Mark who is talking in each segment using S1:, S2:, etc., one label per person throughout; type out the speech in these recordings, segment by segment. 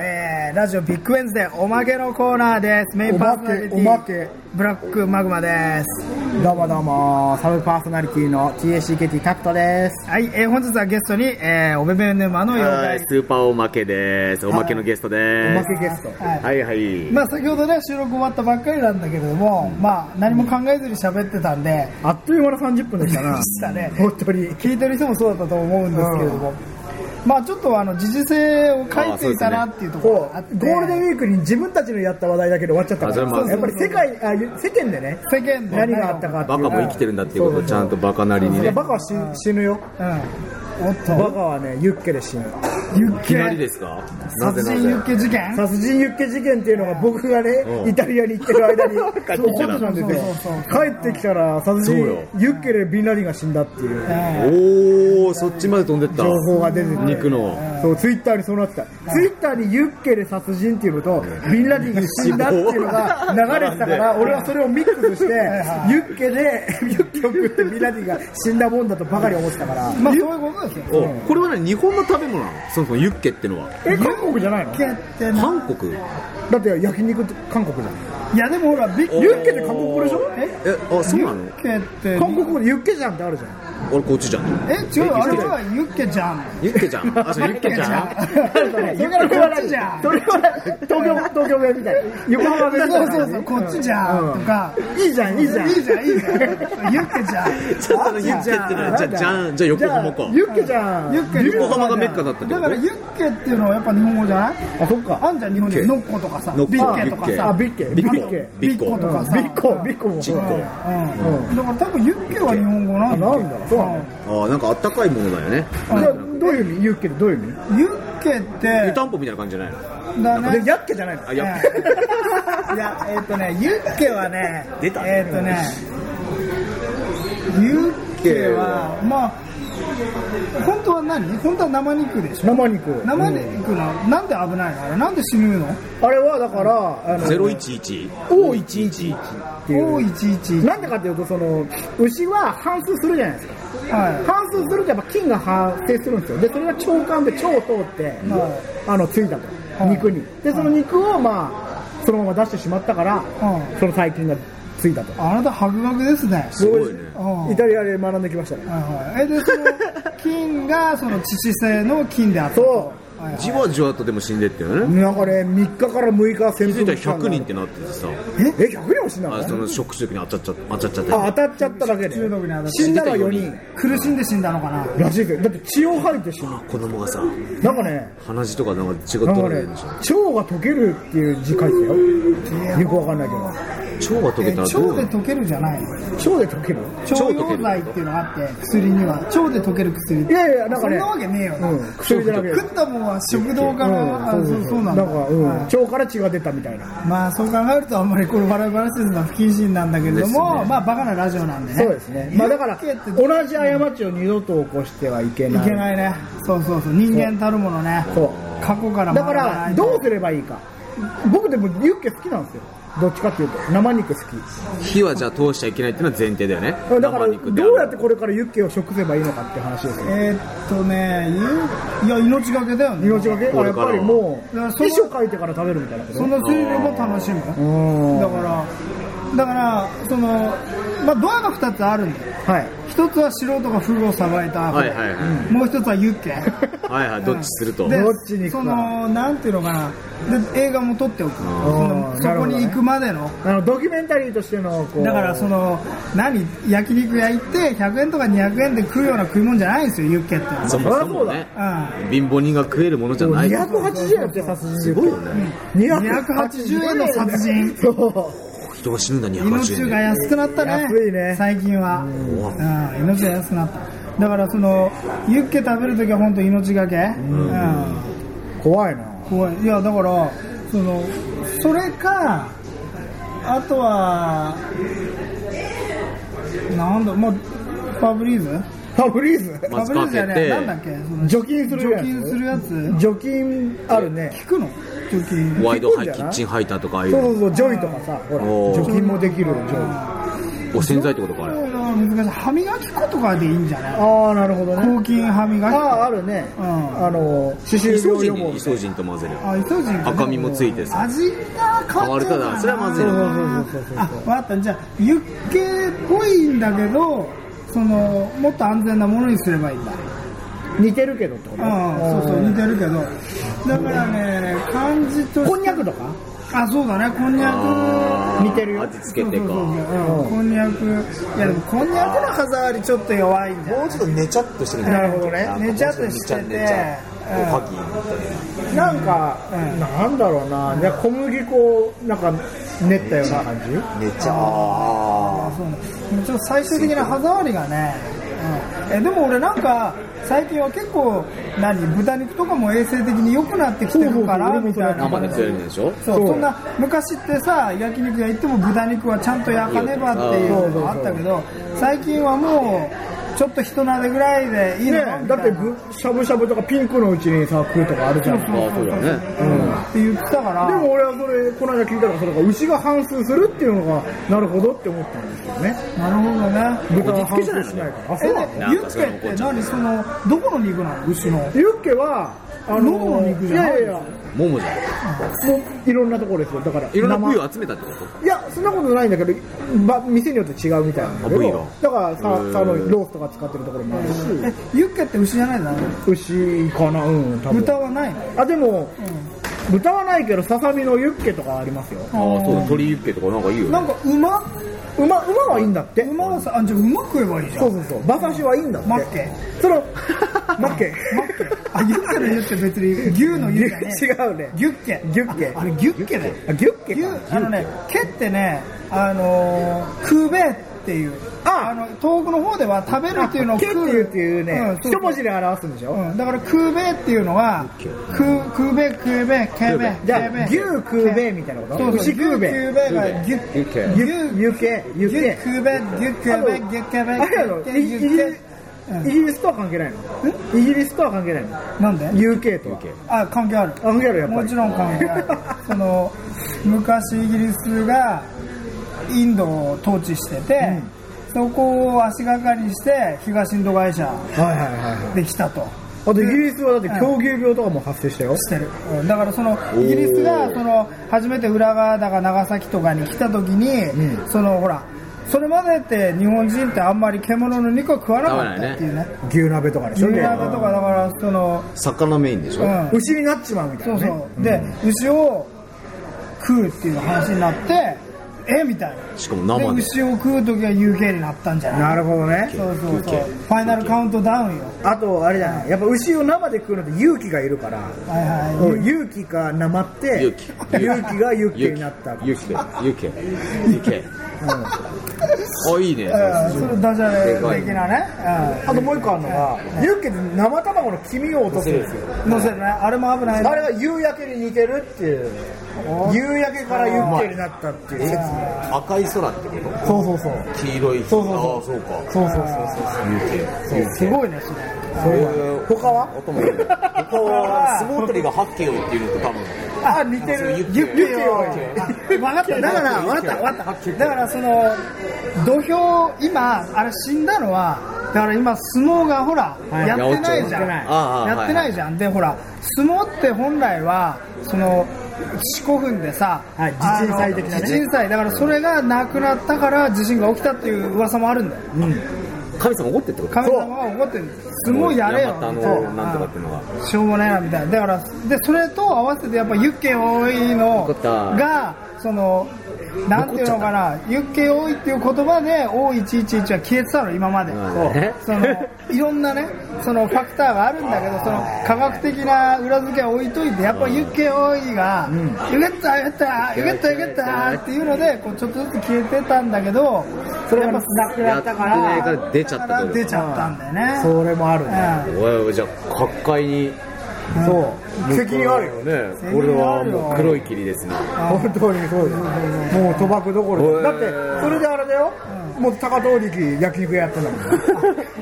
S1: ラジオビッグウェンズでおまけのコーナーですメインパーソナリティ
S2: おまけ
S1: ブラックマグマです
S2: どうもどうもサブパーソナリティの TACKT タクトです
S1: はい、えー本日はゲストに、えー、オベベヌマの
S3: は
S1: 妖
S3: い、
S1: 怪
S3: スーパーおまけです。おまけのゲスト
S2: お
S3: で
S2: ますけ。ゲスト
S1: はい
S3: はいはい。
S1: まあ、先ほどね収録終わったばっかりなんだけれども、まあ、何も考えずに喋ってたんで
S2: あっという間の30分でしたな
S1: でしたね
S2: 本当に
S1: 聞いてる人もそうだったと思うんですけれども、まあ、ちょっとあの時事性を書いていたなっていうところ
S2: こ
S1: があって
S2: うゴールデンウィークに自分たちのやった話題だけで終わっちゃった
S3: あそれ
S2: か
S3: もあ
S2: ら
S3: る
S2: やっぱり世界あ世間でね
S1: 世間で
S2: 何があったかってい
S3: バ
S2: う
S3: カも生きてるんだっていうことをちゃんとバカなりに
S2: いや
S3: ね。
S2: バカは死死ぬよ
S1: うん、おっ
S2: バ
S1: と
S2: カはねユッケで死ぬ
S1: ユ
S3: い
S1: ッ
S3: きなり
S1: ケ
S3: ですかな
S1: 殺
S3: ぜな
S1: 人
S3: ぜ
S1: ユッケ事件
S2: 殺人ユッケ事件っていうのが僕が
S3: う
S2: ね
S3: ん
S2: イタリアに行ってる間に
S3: 帰っ て
S2: そう
S3: き
S2: 起
S3: たら
S2: こってたんですよ
S1: そうそう
S2: 帰ってきたら殺人
S3: そうよ
S2: ユッケでビンラディンが死んだっていう
S3: おー、そっちまで飛んでった
S2: 情。報が出てて
S3: 肉の。
S2: そうツイッターにそうなってた、ツイッターにユッケで殺人っていうのと、ビンラディンが死んだっていうのが流れてたか
S3: 並ん
S2: ら、俺はそれをミックスして、ユッケで、ユッケを食ってビンラディンが死んだもんだとばかり思ってたから、
S1: まあそういうことですよ
S3: おこれはね、日本の食べ物なのそもそもユッケってのは。
S2: え、韓国じゃないの
S1: ユッケってな
S3: 韓国
S2: だって焼肉って韓国じゃん、
S1: いやでもほらビッ
S2: ユッケって韓国語でしょ
S1: え
S3: え、あ、そうなの
S1: ユッケって
S2: 韓国語でユッケじゃんってあるじゃん、
S3: 俺こっちじゃん。
S1: え違うあれはユッケじゃん
S3: ユッケじゃん。あ、そうユッケじゃん。
S1: それからこっちじゃん
S2: それは東京東京弁みたいな、横浜弁みた
S1: そ
S2: いうな
S1: そうそうこっちじゃんとか
S2: いいじゃん、いいじゃん、
S1: いいじゃんいいじゃんユッケじゃん
S3: ちょっとあのユッケってのは、じゃあ、じゃん、じゃあ
S2: じ
S3: 横
S2: ゃ
S3: 浜
S2: あ
S3: か。
S2: ユッケじゃん、
S1: ユッケ
S3: 横浜がメッカだったって
S1: だ
S3: こ
S1: か
S3: と
S1: らユッケっていうのはやっぱ日本語じゃない
S2: あそっか、
S1: あんじゃん日本でノッコとかさビ
S3: ノッコ
S1: ッケとか
S2: あ
S1: さ
S2: ビッケ、
S3: ビッ
S2: ッケ
S3: コ。ビッコ
S1: ビッコとかさ
S2: ビッコ、ビッコも
S3: チンコ。
S1: うんだから多分ユッケは日本語なんだ
S2: なんだろうそうなの
S3: あー、なんかあったかいものだよね。
S2: あどういう意味ユッケってどういう意味
S1: ユッケって
S3: 湯たんぽみたいな感じじゃないの
S1: だね
S2: ヤッケじゃないの
S3: あ、やっぱ。
S1: いや、えっ、とね、ユッケはね、
S3: 出た
S1: えっ、とね、ユッケは、まあ、本当は何本当は生肉でしょ
S2: 生肉
S1: 生肉の、なんで危ないのあれなんで死ぬの
S2: あれはだからあの
S3: ゼロ一一。
S2: O111 っていう
S1: ?O111。
S2: なんでかっていうとその牛は反数するじゃないですか
S1: は
S2: 反数するとやっぱ菌が発生するんですよでそれが腸管で腸を通ってあのついたと
S1: はい
S2: 肉にでその肉をまあそのまま出してしまったから
S1: い。
S2: その細菌がついたと
S1: うん。あなた、博学ですね。
S3: すごいね。
S1: うん。
S2: イタリアで学んできましたね
S1: はいはい。え、で、そ の、菌が、その、致死性の菌であったと。
S2: そ
S1: はいはい
S3: じわじわとでも死んでってよね。
S2: なんかね3日から6日
S3: 気
S2: 潜
S3: づい
S2: 伏
S3: たら
S2: 期間が
S3: 100人ってなっててさ、
S2: え100人も死んだの
S3: あその食中毒に当たっちゃった、当たっちゃっ
S2: あ当
S3: た。
S2: たっちゃっただけで
S1: 中毒に当たって
S2: 死んだのは4人
S1: 苦しんで死んだのかな
S2: らしいですよだって血を吐いて死ぬ
S3: 子供がさ、
S2: なんかね
S3: 鼻血とかなんか血
S2: な
S3: が
S2: んか
S3: 取
S2: ね
S3: れるんでしょ。
S2: 腸が溶けるっていう字書いてよよくわかんないけど
S3: 腸が溶
S1: え
S3: けたらど
S1: 腸
S3: うな
S1: で
S3: の
S1: 溶けるじゃないの
S2: 腸で溶ける
S1: 腸溶剤っていうのがあって薬には腸で溶ける薬
S2: いやいやなん
S1: そ
S2: かね
S1: んなわけねえよな、
S2: うん薬じゃなくて
S1: 食ったもんは食道から、あそうそうなんだ
S2: なんか、うん
S1: はい
S2: 腸から血が出たみたいな
S1: まあそう考えるとあんまりこれバラバラシズムは不謹慎なんだけれど
S3: です
S1: も、
S3: ね
S1: まあバカなラジオなんでね
S2: そうですねまあだから
S1: ユッケって
S2: 同じ過ちを二度と起こしてはいけない
S1: いけないねそうそうそう人間たるものね
S2: そう
S1: 過去から
S2: だか
S1: 学ばな
S2: ら
S1: いと
S2: どうすればいいか僕でもユッケ好きなんですよどっちかっていうと生肉好き
S3: 火はじゃあ通しちゃいけないっていうのは前提だよね。
S2: だから
S3: 生肉であ
S2: ど
S3: る
S2: うやってこれからユッケを食せばいいのかって話ですよ
S1: えーっとねゆいや命がけだよね
S2: 命がけあ
S3: こ
S2: や
S3: れ
S2: っ
S3: から
S2: ぱ
S3: は
S2: りもう
S1: だからその
S2: 遺書書いてから食べるみたいなこと
S1: そのスリルも楽しむ
S2: うん
S1: だからだからそのまあドアが2つあるんだよ
S2: はい
S1: 一つは素人がフグをさばいた、
S3: はいはいはい。
S1: もう一つはユッケ
S3: はい はい、どっちすると。
S1: で
S2: どっちに行
S1: そ
S2: くか
S1: のなんていうのかなで映画も撮っておくそのそ
S2: なる
S1: こ
S2: ほどね
S1: に行くまでの
S2: あのドキュメンタリーとしてのこう
S1: だからその何焼肉焼いて100円とか200円で食うような食い物じゃないんですよユッケってのは
S3: そもそもね、貧乏人が食えるものじゃない。
S2: 280円って殺人
S3: すごいよね。
S1: 280円の殺人
S2: そう
S3: 人が死ぬんだ、
S1: うん命
S3: 280
S1: が
S3: 円。
S1: 安くなったね
S2: 安いね
S1: 最近は、うん、命が安くなっただからそのユッケ食べるときは本当命がけ、うん
S2: 怖いな
S1: 怖いいやだからそのそれかあとはなんだまあファブリーズ
S2: あフリーズ
S1: ファ
S3: マス
S1: ブリー
S3: ク
S1: ズじゃ
S3: 開け
S1: ねえ
S3: て、
S1: なんだっけその
S2: 除菌する
S1: 除
S2: やつ
S1: 菌するやつ
S2: 除菌あるね
S1: 聞くの除菌
S3: ワイドハイ、キッチンハイターとか、ああい
S2: そうそう
S3: う
S2: そうジョイとかさほら
S3: おー
S2: 除菌もできるジョイ
S3: お洗剤ってことか、あれ。
S1: うん難しい歯磨き粉とかでいいんじゃない
S2: ああなるほどね
S1: 抗菌歯磨き
S2: あ
S1: 粉
S2: ああるね、
S1: うん
S2: あの歯
S3: イ
S2: 周
S3: ソ
S2: 病
S3: ジ
S2: 予
S3: ン
S2: 防
S3: にイソジンと混ぜる
S1: あ、イソジンかね
S3: 赤身もついてさ
S1: 味が変わっちゃう
S3: 変わるからそれはまずい
S2: そう
S3: な
S2: そうそうそうそう
S1: あ、わかった。じゃあ、ユッケっぽいんだけど、その、もっと安全なものにすればいいんだ。
S2: 似てるけどってこと
S1: うん、そうそう、似てるけど。だからね、感じとして
S2: こんにゃくとか
S1: あ、そうだね、こんにゃく。
S3: あー
S2: 似てるよ
S3: 味付けて
S1: そう
S3: か
S1: そうそうそう
S2: う
S1: うんんこんにゃく。いや、でもこんにゃくの歯触りちょっと弱いんじゃない
S3: もうちょっとねちゃっとしてる
S1: なるほどね
S3: なんか
S1: ねちゃっとしてて
S3: ねちゃねちゃこう覇気
S2: なんか、
S1: うん
S2: なんだろうな、じゃあ小麦粉をなんか練ったような感じ、
S3: ねちゃあ
S1: そうねちょっと最終的な歯触りがね、うん、えでも俺なんか最近は結構何豚肉とかも衛生的に良くなってきてるか
S2: そうそう
S1: ら
S2: そう
S1: みたい
S3: ー
S1: な
S3: 生で食えるんでしょ
S1: そう
S2: そう
S1: そんな昔ってさ焼肉屋行っても豚肉はちゃんと焼かねばっていうのがあったけど最近はもうちょっと人なでぐらいでいい
S2: ね
S1: のか、み
S2: だ
S1: た
S2: っ
S1: いな
S2: てぶしゃぶしゃぶとかピンクのうちにさ食うとかあるじゃん、で
S3: ああそうだね
S1: って言ってたから
S2: も俺はそれこの間聞いたらそれが牛が反数するっていうのがなるほどって思ったんですよね
S1: なるほどね
S2: 豚は反数しないからあ
S1: え
S2: そうなの
S1: でユッケって何そのどこの肉なの牛の
S2: ユッケはあの
S1: 脳の肉じゃない
S2: やいやいや
S3: ももじゃん
S2: もういろんなところですよだから
S3: いろんな部位
S2: 生
S3: を集めたってこと
S2: いやそんなことないんだけど、ば店によって違うみたいなんだけ
S3: あ部位
S2: ど
S3: が
S2: だからさ
S3: へー
S2: あのロースとか使ってるところもあるし
S1: えユッケって牛じゃないの
S2: 牛かなうん多分
S1: 豚はないの
S2: あでも、豚はないけどささみのユッケとかありますよ
S3: ああそうだ鶏ユッケとかなんかいいよ
S1: な
S3: ね
S1: んか馬
S2: 馬馬はいいんだって
S1: 馬はさあじゃあ馬食えばいいじゃん
S2: そうそうそう馬刺しはいいんだって
S1: マッケ
S2: そのマッケ
S1: マッケあユッケのユッケ別に牛のユッケね
S2: 違うね
S1: ギュッケ
S2: ギュッケ
S1: ああれギュッケだよ
S2: あギュッケ
S1: ギ
S2: か
S1: ュあのねケってねあのークーベっていう
S2: あ
S1: あの東北の方では食べるっていうのを
S2: ケっていうっていうね、
S1: うんそう
S2: 一文字で表すんでしょ、
S1: うんだからクーベっていうのはクークーベクーベケーベ
S2: じゃあ
S1: ケーベ
S2: 牛クーベみたいなこと
S1: そうそう
S2: 牛クーベ
S1: 牛クーベがギュッ
S3: ユッケ
S1: 牛
S2: ユユッケユッ
S1: ギュッ
S2: ケ
S1: クーベギュックーベギュッケーベ
S2: あれやろ
S1: ギュッケ
S2: イイギリ
S1: ギュッ
S2: ス
S1: ケうん
S2: イギリスとは関係ないのイギリスとは関係ないの
S1: なんで
S2: UK とは
S3: UK
S1: あ関係ある
S2: 関係あるやっぱり
S1: もちろん関係あるその昔イギリスがインドを統治してて、そこを足がかりにして東インド会社
S2: はいはいはいはい
S1: できたと
S2: あとイギリスはだって
S1: うん
S2: 狂牛病とかも発生したよ、
S1: してる、うんだからそのイギリスが
S3: おー
S1: その初めて浦賀だか長崎とかに来た時に、
S2: う
S1: そのほらそれまでって日本人ってあんまり獣の肉を食わなかったっていうね
S2: 牛鍋とかでし
S1: 牛
S2: ょ
S1: 鍋とかだからその、
S3: 魚メインでしょ
S1: うん、
S2: 牛になっちまうみたい
S1: そ
S2: な、
S1: う
S2: ね、
S1: そう、で牛を食うっていう話になってえみたいな
S3: しかも生で
S1: 牛を食う時は UK になったんじゃない
S2: なるほどね
S1: そうそうそう
S3: UK
S1: ファイナルカウントダウンよ
S2: あとあれじゃないやっぱ牛を生で食うのって勇気がいるから、
S1: はいは
S2: うん勇気か生って
S3: 勇気
S2: 勇気がユッケになった
S3: ユッケユッケユッケあいいね
S1: い、うん、それダジャレ的なね
S2: あともう一個あるのがユッケって生卵の黄身を落とすんですよ
S1: うん乗せるねあれも危ないね
S2: あれが夕焼けに似てるっていう夕焼けからユッケになったっていう説
S3: 赤い空ってこと
S2: そうそうそう
S3: 黄色い
S2: そうそうそう
S3: ああそうか
S2: そうそうそう
S3: ユッケユッ
S1: す
S3: ケ
S1: ごいねそれ
S2: そうそう他は
S3: 頭いいね他は相撲取りが八景をっていうのと多分
S2: あ似てる
S3: ユッケ
S1: ユッケよ分かっただから分かった分かっただからその土俵今あれ死んだのはだから今相撲がほら
S2: はい
S1: やってないじゃん
S2: やってない
S3: ああ
S1: やってないじゃんでほら相撲って本来はその四股踏んでさ
S2: はい地鎮祭的なね
S1: あの地鎮祭だからそれがなくなったから地震が起きたっていう噂もあるんだよ
S3: 神様怒ってってこと
S1: 神様が怒ってる相撲やれよ
S3: 山田
S1: そう
S3: のなんとかっていうのが
S1: しょうもないなみたいなだからでそれと合わせてやっぱユッケ多いの
S3: 残った
S1: がそのなんていうのかなユッケ多いっていう言葉で O111 は消えてたの今まで、
S3: うんね
S1: そのいろんなねそのファクターがあるんだけどその科学的な裏付けは置いといてやっぱユッケ多いが、よかったよかったよかったよかったっていうのでこうちょっとずつ消えてたんだけどそれがなくなったから
S3: やってないから出ちゃったってこと
S1: 出ちゃったんだよね
S2: それもある
S1: う
S2: ね
S1: ん
S3: おいおいじゃあ各界に
S2: そう責任あるよね
S3: ね
S1: 責任あるよ
S3: これはもう黒い霧 ですね
S2: 本当にそうですもう賭博どころ
S3: へー
S2: だだってそれであれだよもう高遠力焼肉やってたんだもん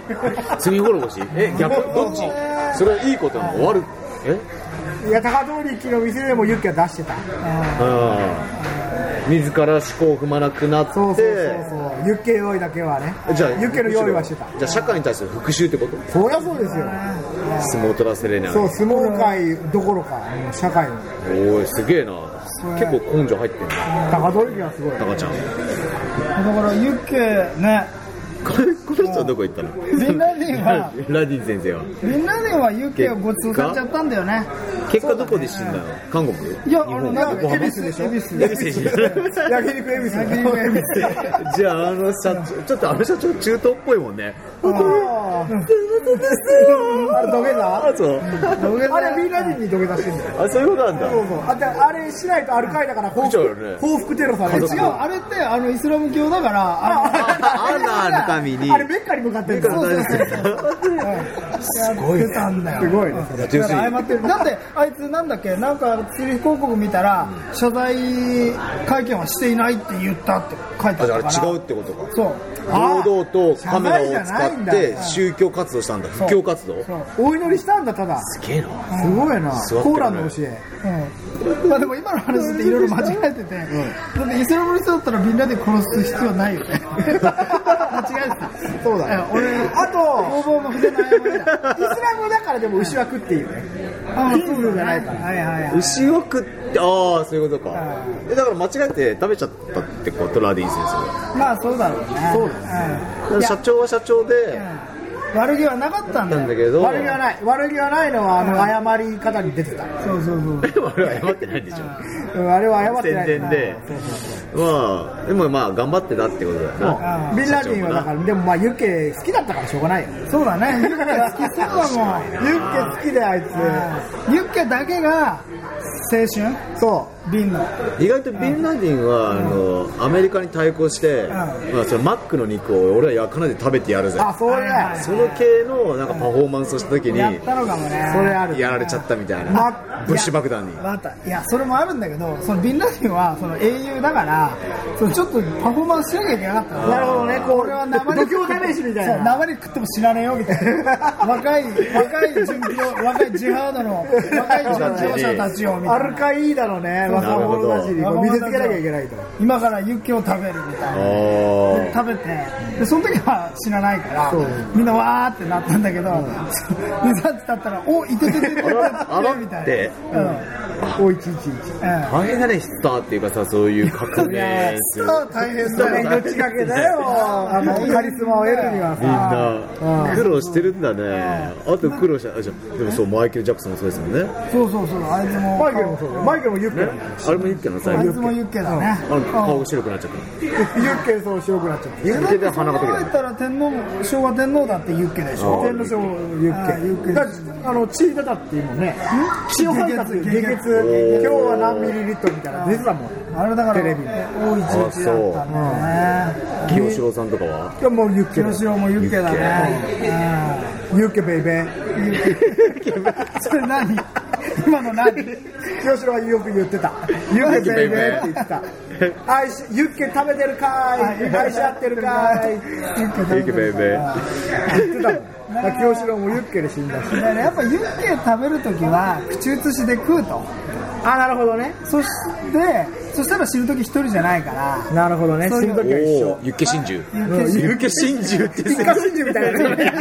S3: 罪滅ぼしえ逆どっちそれはいいことなの悪え
S2: いや高遠力の店でもユッケは出してた
S3: あ自ら思考を踏まなくなって
S2: そうそうそうそうユッケ用意だけはね
S3: じゃあ
S2: ユッケの用意はしてた
S3: じゃあ社会に対する復讐ってこと
S2: そりゃそうですよ
S3: 相撲取らせれない
S2: そう相撲界どころかもう社会の
S3: おいすげえな結構根性入ってんな
S2: 高取りがすごい
S3: タカちゃん
S1: だからユッケね
S3: これこの人はどこ行ったの
S1: ビンラディン は
S3: ラディン先生は
S1: みんなではユッケをごちそうされちゃったんだよね
S3: 結果どこで死んだの韓国
S1: いやあのなん
S3: 横
S1: か恵
S3: 浜
S1: 比寿でしょ恵比寿
S3: 恵比 寿に
S2: 焼肉恵比寿
S1: 焼肉恵比寿
S3: じゃああの社長ちょっとあの社長中東っぽいもんね
S2: ああれ土下座
S3: あそう
S2: あれビンラディンに土下座してんだよ
S3: あそういうことなんだ
S2: そうそうあであれしないとアルカイダから報
S3: そう
S2: 復,、
S3: だよね
S2: 報復テロされる
S1: 違うあれってあのイスラム教だからあの
S3: アラーの神に
S2: あれメッカに向かってる
S3: メッカの神
S1: すごいねたんだよ
S2: すごいね
S3: 純粋
S1: 謝ってるだってあいつなんだっけなんかテレビ広告見たら謝罪会見はしていないって言ったって書いてあ
S3: あ
S1: った
S3: じゃ
S1: から
S3: ああれ違うってことか
S1: そう
S3: 堂々とカメラ
S2: 謝
S3: を
S2: 罪じゃない
S3: 使
S2: ん
S3: っ
S2: だ
S3: て宗教活動したんだ布教活動
S1: そう
S2: お祈りしたんだただす
S3: すげえな
S2: ごいな
S3: 座ってるね
S2: コーランの教え
S1: うんまあでも今の話っていろいろ間違えてて、だってイスラムの人だったらみんなで殺す必要ない よね間違え てた
S2: そうだね
S1: ね俺
S2: あ と
S1: 工房の筆の誤りだ
S2: イスラムだからでも牛は食っていいよね
S1: あ
S2: ヒンズーじゃないから
S1: はいはいはい
S3: 牛を食ってああそういうことかえだから間違えて食べちゃったってことラディン先生
S1: まあそうだろうね
S2: そうだ
S1: うんいや
S3: 社長は社長で
S1: うん悪気はなかったんだよ
S3: なんだけど
S2: 悪気はない悪気はないのはあの謝り方に出てた、
S1: そうそうそう
S3: でもあれは謝ってないんでしょ
S2: うんあれは謝ってな
S3: 宣
S2: い
S3: 伝でまあでもまあ頑張ってたってことだよ
S2: そう
S3: な
S1: あー
S2: ビンラディンはだからでもまあユッケ好きだったからしょうがないよ
S1: そうだねユッケ好きそうだもん
S2: ユッケ好きであい
S1: ユッケだけが青春
S2: つそ
S1: 瓶の
S3: 意外とビンラディンはあのアメリカに対抗してまあそれマックの肉を俺は焼かないで食べてやるぜ
S2: うあそれ
S1: はいはい
S3: その系のなんかパフォーマンスをした時に
S1: やったのかもね
S2: それある
S3: やられちゃったみたい
S2: マ
S3: な物資爆弾に
S1: またいやそれもあるんだけどそのビンラディンはその英雄だからそのちょっとパフォーマンスしなきゃいけなかったの
S2: なるほどねこう
S1: 俺は生で食って
S2: 度胸試しみたいな
S1: そう生で食っても死なねえよみた いな若い若い準備を若いジハードの若い準備者たちよみた
S2: ア
S1: いな
S2: ルカイーダのね若者たちにこう見せつけなきゃいけないと
S1: 今からユッケを食べるみたい
S3: あ
S1: な
S3: ー
S1: 食べてでその時は死なないから
S2: そう
S1: みんなわーってなったんだけど2冊経ったら「おいててててて」
S3: あら
S1: みたい
S3: っ
S1: な
S3: て
S1: うん
S2: おいちいちいち
S1: うん
S3: 大変だねスターっていうかさそういう革
S1: いや
S3: 命す
S1: スタ
S3: る
S1: ー大変だよ
S2: 命がけだよあのカリスマを得るには
S3: みん
S2: さ
S3: な苦労してるんだねあと苦労したあじゃあでもそうマイケル・ジャクソンもそうですもんね
S1: そうそうそうあいつも
S2: マイケルもそうだよマイケルもユッケだよ
S3: あれも言ってな最
S1: あいつ
S3: 後
S1: もユッケだね
S3: あの顔が白くなっちゃった
S2: ユッケそう白くなっちゃって
S3: ユッケで鼻が溶け
S1: 考
S3: た
S1: えたら天皇も昭和天皇だってユッケでしょ
S2: 天皇賞ユ
S1: あユッ
S2: ッケ
S1: ケ
S2: だってあの血出たっていうもんね血を吐いたっていう下血今日は何ミリリットルみたいな出てたもん
S1: あれだから
S2: テレビ
S1: 多い一日だったんだよね
S3: 清志郎さんとかは
S2: 今日もうユッケだよ
S1: 広島もユッケだね
S2: ユッケベイベー
S1: うんそれ何今の何
S2: 清志郎がよく言ってた「ユッケベイベー」って言ってた愛し「ユッケ食べてるかーい愛し合ってるかーい」
S3: ユッケベイベー
S2: 言ってたもんだから清志郎もユッケで死んだし
S1: だからやっぱユッケ食べるときは口移しで食うと
S2: あなるほどね
S1: そしてそしたら死ぬとき一人じゃないから
S2: なるほどね死ぬ時は一
S3: お
S2: 緒
S3: おユッケ真珠
S1: ユ
S3: ユッケ真珠って
S2: 一家真珠みたいなや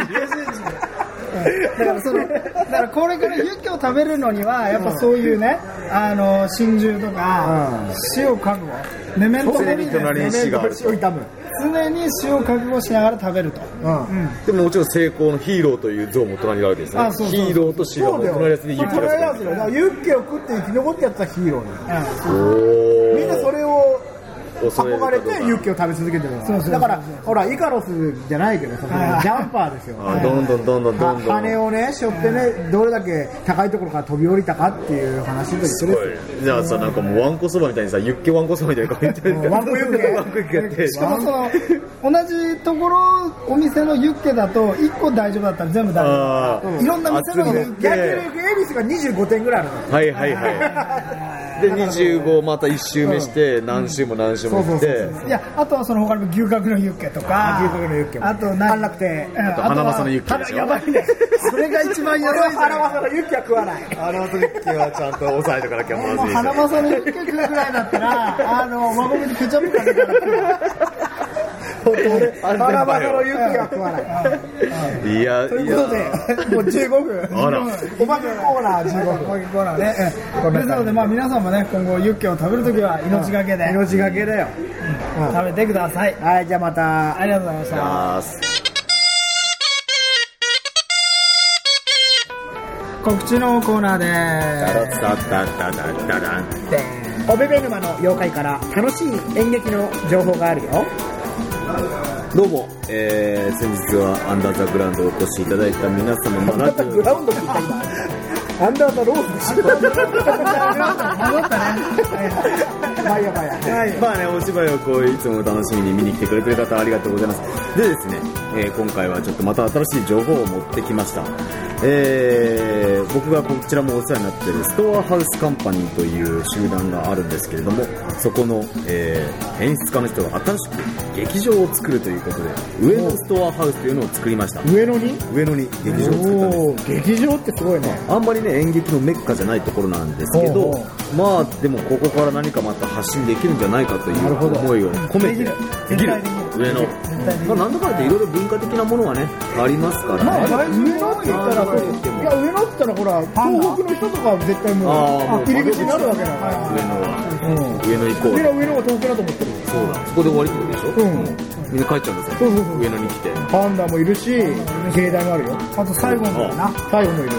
S2: つ
S1: だからそのだからこれからユッケを食べるのにはやっぱそういうねあの真珠とか
S2: うん
S1: 死を覚悟メメント
S3: 常
S1: メ
S3: に
S1: リーだよ
S3: 隣
S1: ね
S3: に死がある
S2: 腰を痛む
S1: 常に死を覚悟しながら食べると
S2: うん
S3: でももちろん成功のヒーローという像も隣にあるわけですね
S1: あそうそう
S3: ヒーローと死がもう隣のやつにユッケ
S2: これ
S3: が
S2: や
S3: つ
S2: つよだからユッケを食って生き残ってやったヒーローなの
S1: う
S3: おお
S2: みんなそれを
S3: 恐
S2: 憧れ
S3: かどうか
S2: てユッケを食べ続けてる
S1: そうそう
S2: の
S1: そう
S2: だからほらイカロスじゃないけどさそのジャンパーですよ
S3: あどんどんどんどんど
S2: は
S3: んどん
S2: 羽をね背負ってねどれだけ高いところから飛び降りたかっていう話と一緒ですよ
S3: じゃあさなんかもうわんこそばみたいにさユッケわんこそばみたいな顔してる
S2: うんわんこユッケ
S3: わんこユッケやって
S1: んしかもその同じところお店のユッケだと1個大丈夫だったら全部大丈
S3: あ
S1: いろんな店の
S3: 集め
S1: ユッ
S2: 逆
S3: て
S2: に恵比寿が25点ぐらいあるの
S3: はいはいはで25また1周目して何周も何周も行って
S1: いやあとはその他にも牛角のユッケとか
S2: 牛角のユッケも
S1: あと何
S2: 安楽亭
S1: うん
S3: あと花正のユッケ
S1: あ
S3: で
S1: と
S3: し
S1: はや
S3: ょ
S1: ばいねそれが一番や
S2: 俺
S1: ば
S2: はい
S1: じゃな
S2: 花
S1: い
S2: 正のユッケは食わない
S3: あの時はちゃんと抑えとかなきゃ
S1: も
S3: ま
S1: う花正のユッケ食うくらいだったらあの輪ゴムにケチャップかけたら
S2: 花正のユッケは食わない
S3: いや
S2: と
S3: い
S2: いうこと
S3: や
S2: でもう15分
S3: あら
S2: おまけコーナー15分
S1: こういうコーナーねうんですのでまあ皆さんもね今後ユッケを食べるときは命がけで
S2: 命がけだよ
S1: 食べてください
S2: はいじゃあまた
S1: ありがとうございました
S3: あー
S1: 告知のコーナーで
S3: タ
S1: ー
S3: ラッタッタッタッタッタラン
S2: おべべ沼の妖怪から楽しい演劇の情報があるよ
S3: どうも、えー、先日はアンダーザグラウンドお越しいただいた皆様のラジオ
S2: ラウンド聞いた今アンダーザローズでし
S1: す戻ったね
S2: ょまあいいやまあいいや
S3: まあね、お芝居をこういつも楽しみに見に来てくれてる方ありがとうございます。でですね、えー今回はちょっとまた新しい情報を持ってきました。えー僕がこちらもお世話になってるストアハウスカンパニーという集団があるんですけれども、そこの、えー演出家の人が新しく劇場を作るということで、上野ストアハウスというのを作りました。
S2: 上野に
S3: 上野に劇場を作ったんです。
S2: おお劇場ってすごいね
S3: あんまりね演劇のメッカじゃないところなんですけ
S2: ほう
S3: ど
S2: ほ
S3: まあでもここから何かまた発信できるんじゃないかという思いを込めてできる上のまあなんだかんだっていろいろ文化的なものはねありますから
S2: まあ、
S3: ね
S2: 上野って言ったらそういや上野って言ったらほら東北の人とかは絶対もう
S3: あーもう
S2: 入り口になるわけだか
S3: 上
S2: ら
S3: 野は上野行こう
S2: 上野上野は東京だと思ってる
S3: そうだそこで終わりってことでしょ
S2: うん
S3: みんな帰っちゃうんです
S2: そう
S3: よ
S2: そうそう
S3: 上野に来て
S2: パンダもいるし芸大もあるよ
S1: あと最後のかな
S2: 最後もいる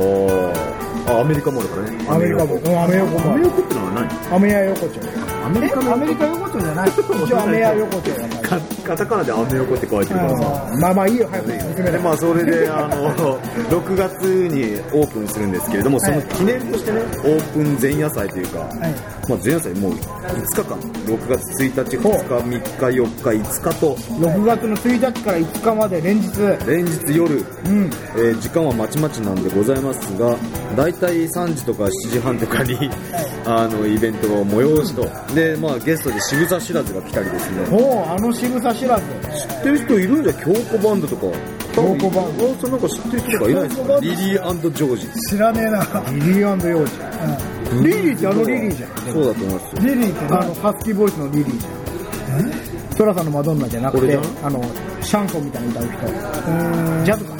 S3: おーあアメリカもあるからね
S2: アメリカもうんアメ横
S3: ア
S2: もあ
S3: メ
S2: る
S3: 横ってのは何
S2: アメヤ横丁
S3: アメリカの
S1: アメリカ横丁じゃない
S2: 一応アメヤ横丁だか
S3: カカタカナでアメ横って書いてるからさ
S2: らまあまあいいよ早く進め
S3: で
S2: て
S3: まあ、それであの6月にオープンするんですけれども、その記念としてね、オープン前夜祭というか、
S1: い
S3: まあ、前夜祭、もう5日間、6月1日、2日、3日、4日、5日と、
S2: 6月の1日から5日まで連日
S3: 連日夜、
S2: うん
S3: えー時間はまちまちなんでございますが、大体3時とか7時半とかに、 あのイベントを催しと、でまあ、ゲストで渋沢知らずが来たりですね、
S2: もうあの渋さ知らず
S3: 知ってる人いるんじゃん、京子バンドとか。
S2: 京子バン
S3: ドなんか知ってる人とかいないですかリリージョージ。
S1: 知らねえな
S2: リリーヨージリリーってあのリリーじゃん
S3: そうだと思いますよ。
S2: リリーってあのハスキーボイスのリリーじゃん。トラさんのマドンナじゃなく
S3: これ
S2: て
S3: じゃ、
S2: あの、シャンコンみたいに歌う人。ジャズか。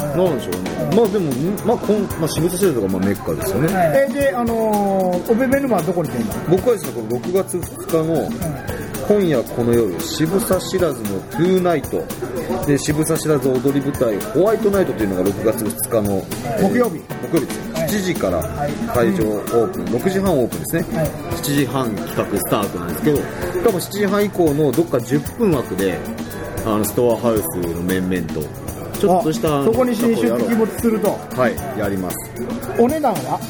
S3: なんでしょうね。まあでも、んまあ、こんまあ、渋谷シェルとかまあメッカですよね。
S2: え、で、あのー、オペベヌマはどこに出るの
S3: 僕はですね、この6月2日の今夜この夜、渋沢知らずのトゥーナイト、で、渋沢知らず踊り舞台、ホワイトナイトというのが6月2日の、えー
S2: 木曜日。
S3: 木曜日ですね。7時から会場オープン、6時半オープンですね。7時半企画スタートなんですけど、多分7時半以降のどっか10分枠で、あの、ストアハウスの面々と、ちょっとした、
S2: あそこに新出
S3: やろう
S2: 鬼没すると。
S3: はい、やります。
S2: お値段は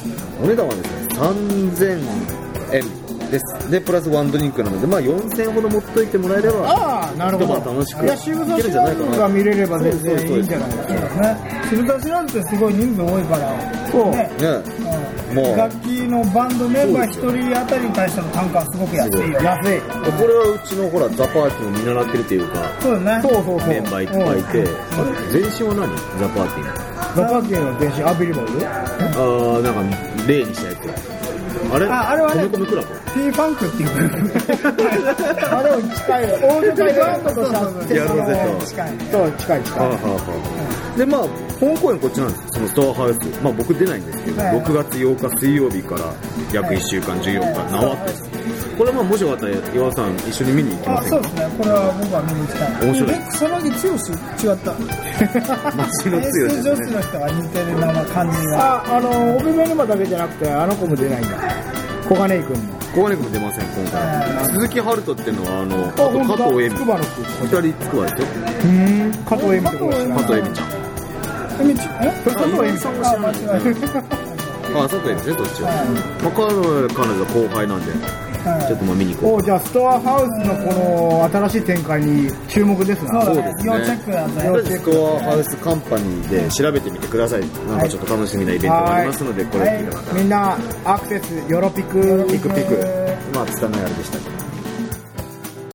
S3: お値段はですね3000円ですでプラスワンドリンクなので、まあ、4000円ほど持っといてもらえれば
S2: ああ、なるほ
S3: 一晩
S2: ど。
S3: 楽しく
S2: いや、渋
S3: い
S2: 沢
S3: ける
S2: 知
S3: んじゃな
S2: ら
S3: いか
S2: ず
S3: な
S2: が見れれば全
S3: そうそうそう
S2: 然いいんじゃない
S1: ね渋沢知らずってすごい人数多いから
S2: そう
S1: ね
S3: ねもう
S1: 楽器のバンドメンバー1人当たりに対しての単価はすごく安いよね
S2: 安い。
S3: これはうちのほらザ・パーティーを見習ってるというか
S1: そうだね
S2: そうそうそう。
S3: メンバーいっぱいいて前身は何ザ・パーティー
S2: ザパキエの電子アビリバル
S3: のあーなんか例にしたやつあれ
S1: ああれはね
S3: 米米クラブ
S1: p ファンクっていうグループ
S2: あれを近いよ。大阪でバンドとしては
S3: やろうぜと
S1: 近い
S2: そう、近い近
S3: はい
S2: い。
S3: はいはいでまあ本公演こっちなんですそのストアハウス、まあ、僕出ないんですけど、
S1: はい
S3: 6月8日水曜日から約1週間14日縄ですこれまあもしよかったら岩尾さん一緒に見に行きま
S1: あ
S3: せん
S1: そうで
S3: か
S1: すねこれは僕は見に行きたい
S3: 面白い
S1: え草薙剛違った
S3: 街の剛 ですね
S1: 女子の人が似てるなまあ感じが
S2: あ、あの、オペベヌマだけじゃなくて、あの子も出ないんだ。小金井君も。
S3: 小金君も出ません今回鈴木春人っていうのはあのあ
S2: あ、
S3: と
S2: 本当
S3: 加藤恵
S2: だ。
S3: 美
S2: 筑波の
S3: 2人つくわですよ
S2: うん。加藤恵美ってことです
S3: 加藤恵美ちゃん
S1: えみちえ
S2: 加藤恵美
S3: さんも
S1: あ間違えた
S3: あ佐藤恵美ですねどっちは、まあ、彼女彼女は後輩なんで
S2: はい
S3: ちょっともう見に行こ
S2: お
S3: う
S2: じゃあストアハウスのこの新しい展開に注目ですな
S1: そう
S3: そ
S1: だ
S3: うで
S1: ね
S3: すね
S1: 要チェックだね
S3: とりあえずスコアハウスカンパニーで調べてみてくださいなんかちょっと楽しみなイベントがありますのでこれを聞いてまた
S2: みんなアクセスよろぴく
S3: ピクピクまあ拙いあれでしたけど